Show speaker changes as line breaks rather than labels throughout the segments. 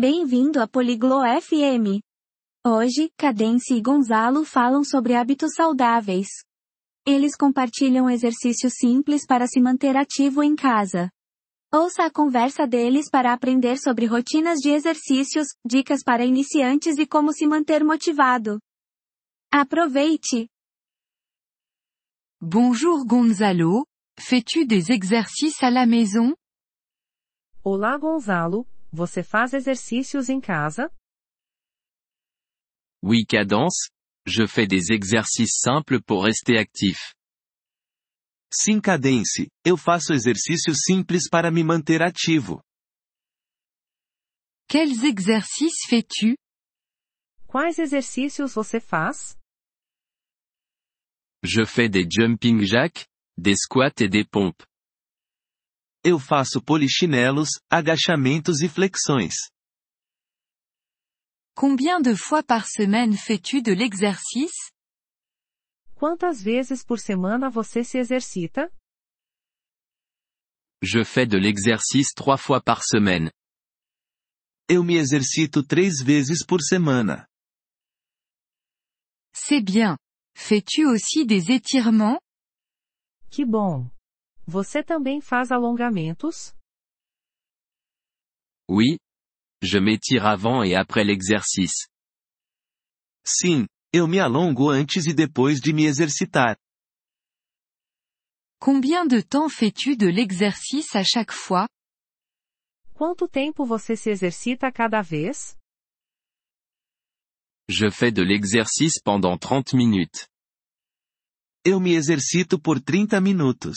Bem-vindo à Poliglo FM. Hoje, Cadence e Gonzalo falam sobre hábitos saudáveis. Eles compartilham exercícios simples para se manter ativo em casa. Ouça a conversa deles para aprender sobre rotinas de exercícios, dicas para iniciantes e como se manter motivado. Aproveite!
Bonjour Gonzalo, fais-tu des exercices à la maison
Olá Gonzalo, você faz exercícios em casa?
Oui Cadence, je fais des exercices simples pour rester actif.
Sim, Cadence, eu faço exercícios simples para me manter ativo.
Quels exercices fais-tu
Quais exercícios você faz?
Je fais des jumping jacks, des squats et des pompes.
Eu faço polichinelos, agachamentos e flexões.
Combien de fois par semaine fais-tu de l'exercice
Quantas vezes por semana você se exercita?
Je fais de l'exercice trois fois par semaine.
Eu me exercito três vezes por semana.
C'est bien. Fais-tu aussi des étirements
Que bom! Você também faz alongamentos?
Oui. Je m'étire avant et après l'exercice.
Sim, eu me alongo antes e depois de me exercitar.
Combien de temps fais-tu de l'exercice à chaque fois
Quanto tempo você se exercita cada vez?
Je fais de l'exercice pendant 30 minutes.
Eu me exercito por 30 minutos.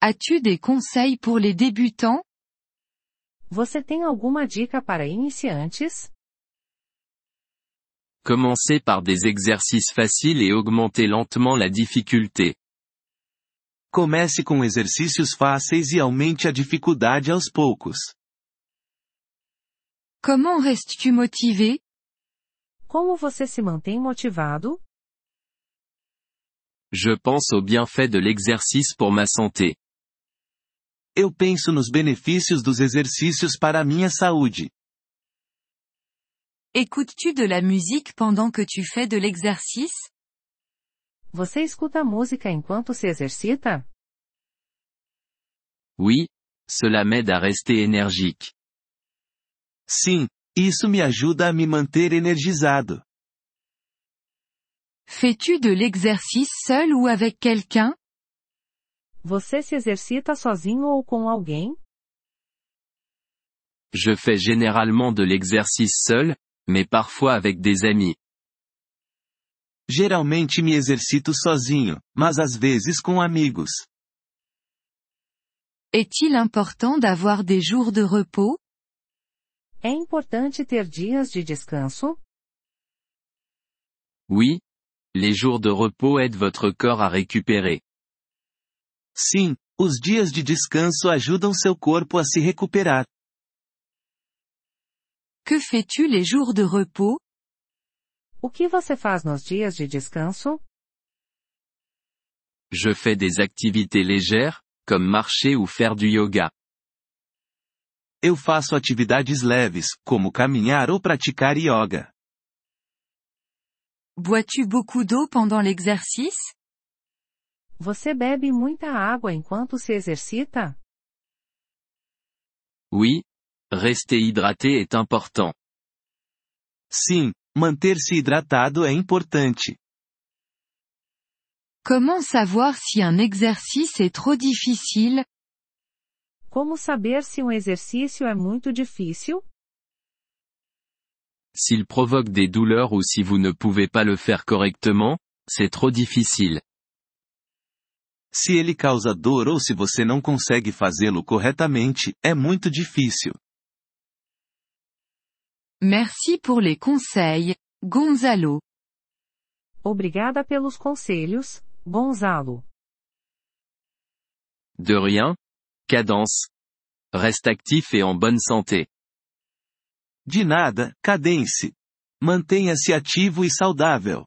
As-tu des conseils pour les débutants
Você tem alguma dica para iniciantes?
Commencez par des exercices faciles et augmentez lentement la difficulté.
Comece com exercícios fáceis e aumente a dificuldade aos poucos.
Comment restes-tu motivé
Como você se mantém motivado?
Je pense aux bienfaits de l'exercice pour ma santé.
Eu penso nos benefícios dos exercícios para a minha saúde.
Écoutes-tu de la musique pendant que tu fais de l'exercice
Você escuta música enquanto se exercita?
Oui. Cela m'aide à rester énergique.
Sim, isso me ajuda a me manter energizado.
Fais-tu de l'exercice seul ou avec quelqu'un
Você se exercita sozinho ou com alguém?
Je fais généralement de l'exercice seul, mais parfois avec des amis.
Geralmente me exercito sozinho, mas às vezes com amigos.
Est-il important d'avoir des jours de repos
É importante ter dias de descanso?
Oui. Les jours de repos aident votre corps à récupérer.
Sim, os dias de descanso ajudam seu corpo a se recuperar.
Que fais-tu les jours de repos
O que você faz nos dias de descanso?
Je fais des activités légères, comme marcher ou faire du yoga.
Eu faço atividades leves, como caminhar ou praticar yoga.
Bois-tu beaucoup d'eau pendant l'exercice
Você bebe muita água enquanto se exercita?
Oui. Rester hydraté est important.
Sim, manter-se hidratado é importante.
Comment savoir si un exercice est trop difficile
Como saber se um exercício é muito difícil?
S'il provoque des douleurs ou si vous ne pouvez pas le faire correctement, c'est trop difficile.
Se ele causa dor ou se você não consegue fazê-lo corretamente, é muito difícil.
Merci pour les conseils, Gonzalo.
Obrigada pelos conselhos, Gonzalo.
De rien. Cadence. Reste actif et en bonne santé.
De nada, cadence. Mantenha-se ativo e saudável.